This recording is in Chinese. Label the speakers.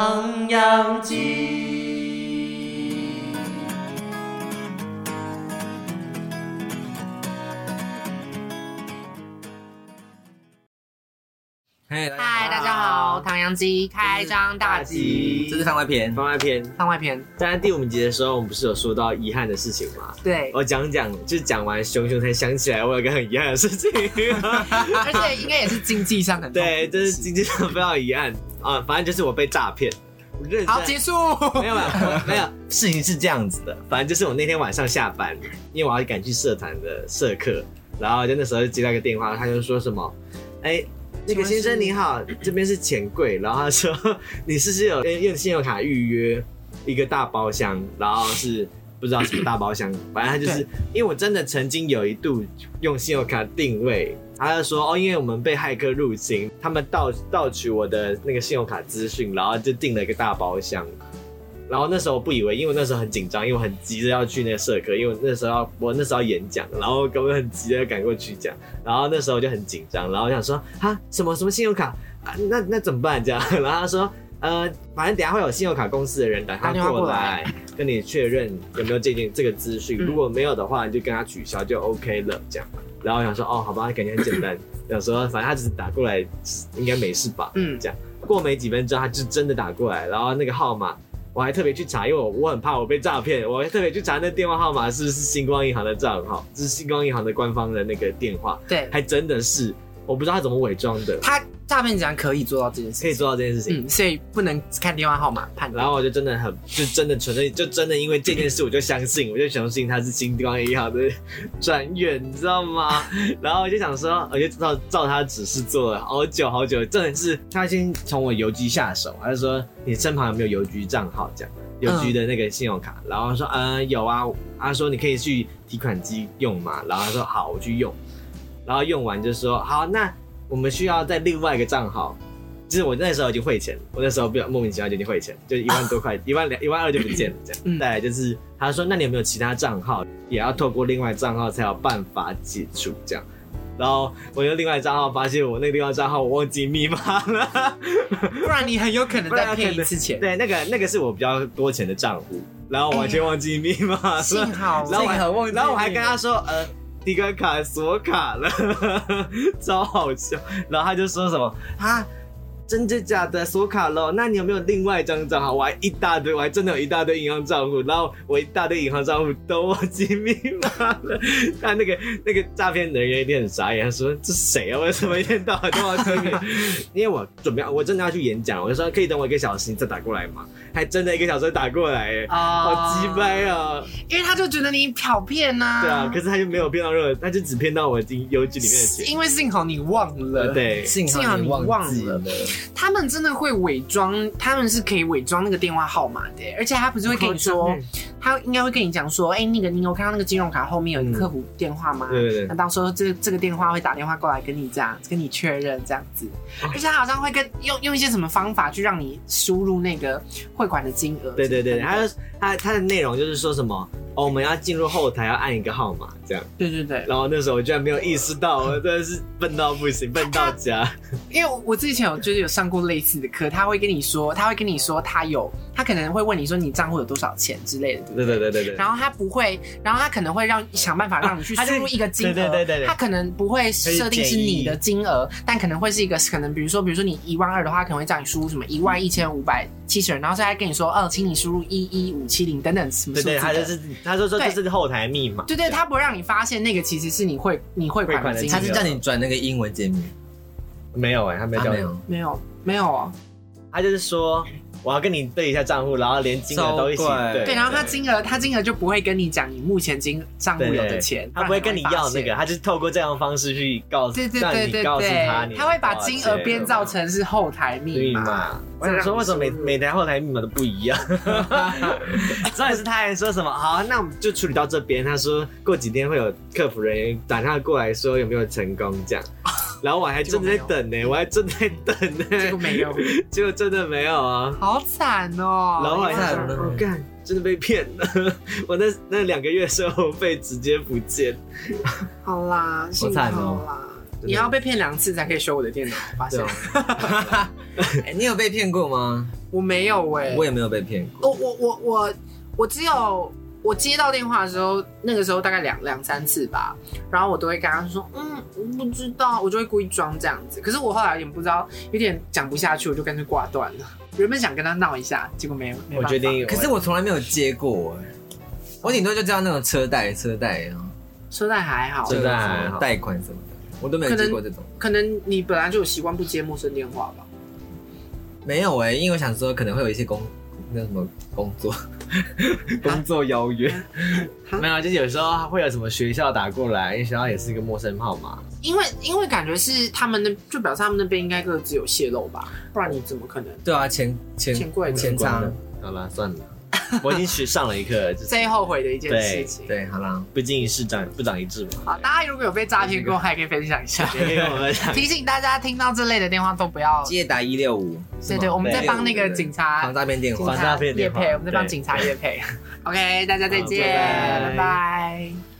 Speaker 1: 唐扬鸡。
Speaker 2: 嗨，
Speaker 1: 嗨，大家好，唐扬鸡开张大吉。
Speaker 2: 这是番外篇。
Speaker 3: 番外篇，
Speaker 1: 番外篇，
Speaker 3: 在第五集的时候，我们不是有说到遗憾的事情吗？
Speaker 1: 对，
Speaker 3: 我讲讲，就讲完熊熊才想起来，我有个很遗憾的事情。
Speaker 1: 而且应该也是经济上很痛苦
Speaker 3: 对，这是经济上非常遗憾啊，反正就是我被诈骗。我认真
Speaker 1: 好，结束。
Speaker 3: 没有没 有没有，事情是这样子的，反正就是我那天晚上下班，因为我要赶去社团的社课，然后就那时候就接到一个电话，他就说什么，哎、那个先
Speaker 1: 什么事
Speaker 3: 生你好，这边是钱柜，然后他说你是不是有用信用卡预约一个大包厢，然后是不知道什么大包厢，反正他就是因为我真的曾经有一度用信用卡定位，他就说哦，因为我们被骇客入侵，他们盗盗取我的那个信用卡资讯，然后就订了一个大包厢。然后那时候我不以为，因为我那时候很紧张，因为我很急着要去那个社科，因为我那时候要我那时候要演讲，然后根本很急着赶过去讲，然后那时候我就很紧张，然后我想说啊什么什么信用卡啊，那那怎么办这样？ 然后他说呃，反正等一下会有信用卡公司的人打
Speaker 1: 打电话
Speaker 3: 过
Speaker 1: 过来
Speaker 3: 来跟你确认有没有这件这个资讯，
Speaker 1: 嗯
Speaker 3: 如果没有的话你就跟他取消就 OK 了这样。然后我想说哦好吧，感觉很简单，想说反正他只是打过来应该没事吧，
Speaker 1: 嗯，
Speaker 3: 过没几分钟，他就真的打过来，然后那个号码我还特别去查，因为我我很怕我被诈骗，我还特别去查那电话号码是不是星光银行的账号，这是星光银行的官方的那个电话，
Speaker 1: 对，
Speaker 3: 还真的是，我不知道他怎么伪装的，
Speaker 1: 他诈骗集团可以做到这件事
Speaker 3: 可以
Speaker 1: 情，
Speaker 3: 做到这件事情。
Speaker 1: 嗯，所以不能只看电话号码判
Speaker 3: 然
Speaker 1: 断。
Speaker 3: 后我就真的很，就真的纯粹，就真的因为这件事，我就相信，我就相信他是星光银行的专员，你知道吗？然后我就想说，我就照照他指示做了好久好久，真的是他先从我邮局下手，他就说你身旁有没有邮局账号这样，邮局的那个信用卡，然后说嗯有啊，他说你可以去提款机用嘛，然后他说好，我去用，然后用完就说好，那我们需要在另外一个账号。就是我那时候已经汇钱，我那时候不莫名其妙就已经汇钱，就一万多块，一万两一万二就不见了这
Speaker 1: 嗯
Speaker 3: 样。再来就是他说，那你有没有其他账号？也要透过另外账号才有办法解除这样。然后我用另外账号发现我那个另外账号我忘记密码了，
Speaker 1: 不然你很有可能
Speaker 3: 不然
Speaker 1: 再
Speaker 3: 有可
Speaker 1: 骗一
Speaker 3: 能
Speaker 1: 次钱。
Speaker 3: 对，那个那个是我比较多钱的账户，然后我完全忘记密码了。
Speaker 1: 幸好，
Speaker 3: 然后我
Speaker 1: 幸好忘
Speaker 3: 还
Speaker 1: 记
Speaker 3: 然后我还跟他说，呃，迪个卡锁卡了， 超好笑。然后他就说什么啊，真的假的锁卡了？那你有没有另外一张账号？我还一大堆，我还真的有一大堆银行账户，然后我一大堆银行账户都忘记密码了。 那那个那个诈骗人员一定很傻眼，他说这谁啊？为什么一天到晚都忘记 密码？因为我准备要我真的要去演讲，我就说可以等我一个小时，你再打过来嘛。还真的一个小时打过来，哎
Speaker 1: 啊
Speaker 3: 好鸡，掰啊！
Speaker 1: 因为他就觉得你漂骗呐。
Speaker 3: 对啊，可是他就没有骗到任何，他就只骗到我进邮局里面的钱。
Speaker 1: 因为幸好你忘了，
Speaker 3: 对，
Speaker 2: 幸
Speaker 1: 幸好
Speaker 2: 好
Speaker 1: 你
Speaker 2: 你
Speaker 1: 忘
Speaker 2: 忘记
Speaker 1: 了
Speaker 2: 了，
Speaker 1: 他们真的会伪装，他们是可以伪装那个电话号码的耶，而且他不是会跟你说，他应该会跟你讲说，哎、那个你有看到那个金融卡后面有一个客服电话吗？
Speaker 3: 对对
Speaker 1: 那
Speaker 3: 对，
Speaker 1: 到时候这这个电话会打电话过来跟你这样跟你确认这样子，而且他好像会跟用用一些什么方法去让你输入那个汇款的金额。
Speaker 3: 对对对，他就他他的内容就是说什么哦，我们要进入后台要按一个号码这样，
Speaker 1: 对对对，
Speaker 3: 然后那时候我居然没有意识到，我真的是笨到不行，笨到家。
Speaker 1: 因为我我之前有就是有上过类似的课，他会跟你说，他会跟你说他有，他可能会问你说你账户有多少钱之类的，
Speaker 3: 对对对对对，
Speaker 1: 然后他不会，然后他可能会让想办法让你去
Speaker 3: 他就
Speaker 1: 输入一个金额，
Speaker 3: 对对对对对
Speaker 1: 他可能不会设定是你的金额，但可能会是一个可能，比如说比如说你一万二的话，他可能会叫你输入什么一万一千五百七十，然后再跟你说，哦，请你输入一一五七零等等什么
Speaker 3: 对
Speaker 1: 数字
Speaker 3: 对，
Speaker 1: 的。
Speaker 3: 他就是他就说这是后台密码，
Speaker 1: 对对，他不会让你发现那个其实是你汇你汇款
Speaker 3: 汇款
Speaker 1: 的
Speaker 3: 的
Speaker 1: 金
Speaker 2: 他
Speaker 1: 额
Speaker 3: 金，
Speaker 2: 是叫你转那个英文界面，
Speaker 3: 没有哎，他没
Speaker 2: 他
Speaker 3: 有
Speaker 2: 没，有，
Speaker 1: 没有没有哦，
Speaker 3: 他就是说我要跟你对一下账户，然后连金额都一起
Speaker 2: 超怪
Speaker 3: 对，
Speaker 1: 对，然后他金额他金额就不会跟你讲你目前金账户
Speaker 3: 对对
Speaker 1: 有的钱，
Speaker 3: 他不会跟你要
Speaker 1: 不然
Speaker 3: 那
Speaker 1: 你会
Speaker 3: 个，
Speaker 1: 发现。
Speaker 3: 他就是透过这样的方式去告诉，
Speaker 1: 对对
Speaker 3: 让
Speaker 1: 对
Speaker 3: 你
Speaker 1: 对
Speaker 3: 告诉他
Speaker 1: 对
Speaker 3: 你，哦
Speaker 1: 他会把金额编造成是后台密
Speaker 3: 密
Speaker 1: 码。
Speaker 3: 码。我想说，为什么每每台后台密码都不一样？ 重点是他还说什么？好，那我们就处理到这边。他说过几天会有客服人员打电话过来说有没有成功这 样。然后我还正在等呢、我还正在等呢、
Speaker 1: 结果没有，
Speaker 3: 结果真的没有啊。
Speaker 1: 好惨哦！
Speaker 3: 然后我还
Speaker 2: 惨
Speaker 3: 想，
Speaker 2: 了
Speaker 3: 我干，真的被骗了。 我那那两个月生活费直接不见。
Speaker 1: 好啦，幸
Speaker 2: 好惨
Speaker 1: 好
Speaker 2: 哦
Speaker 1: 啦。你要被骗两次才可以修我的电脑，我发现
Speaker 3: 对啊
Speaker 2: 哎，你有被骗过吗？
Speaker 1: 我没有哎、
Speaker 2: 我也没有被骗过。
Speaker 1: 我我我我我只有我接到电话的时候，那个时候大概两两三次吧，然后我都会跟他说，嗯，我不知道，我就会故意装这样子。可是我后来有点不知道，有点讲不下去，我就干脆挂断了。原本想跟他闹一下，结果没没办
Speaker 3: 我
Speaker 1: 法
Speaker 3: 决定，
Speaker 2: 可是我从来没有接过哎，我顶多就知道那种车贷、车贷啊，
Speaker 1: 说在还好，
Speaker 3: 车贷还好
Speaker 2: 贷款什么的，我都没有接过这种。
Speaker 1: 可能你本来就有习惯不接陌生电话吧。
Speaker 2: 没有哎，因为我想说可能会有一些工那什么工作工作邀约，
Speaker 3: 没有，啊就是有时候会有什么学校打过来，因为学校也是一个陌生号码。
Speaker 1: 因为因为感觉是他们那，就表示他们那边应该各自有泄露吧，不然你怎么可能？
Speaker 2: 对啊，钱钱
Speaker 1: 钱柜
Speaker 2: 钱
Speaker 3: 关
Speaker 2: 仓
Speaker 3: 了，好啦，算了，我已经学上了一课 了，就是
Speaker 1: 最后悔的一件事情。
Speaker 2: 对，好啦，
Speaker 3: 不经一事长不长一智嘛。
Speaker 1: 好，大家如果有被诈骗过，还可以分享一下。
Speaker 3: 也可以跟我们讲，
Speaker 1: 提醒大家，听到这类的电话都不要。
Speaker 2: 接打一六五，
Speaker 1: 对对，我们在帮那个警察
Speaker 2: 防，诈骗电
Speaker 1: 警
Speaker 2: 话
Speaker 3: 防。诈
Speaker 1: 察
Speaker 3: 骗
Speaker 1: 叶
Speaker 3: 电话
Speaker 1: 配，我们在帮
Speaker 3: 对
Speaker 1: 警察叶配。OK，大家再
Speaker 3: 好
Speaker 1: 见，
Speaker 3: 拜拜
Speaker 1: 拜拜。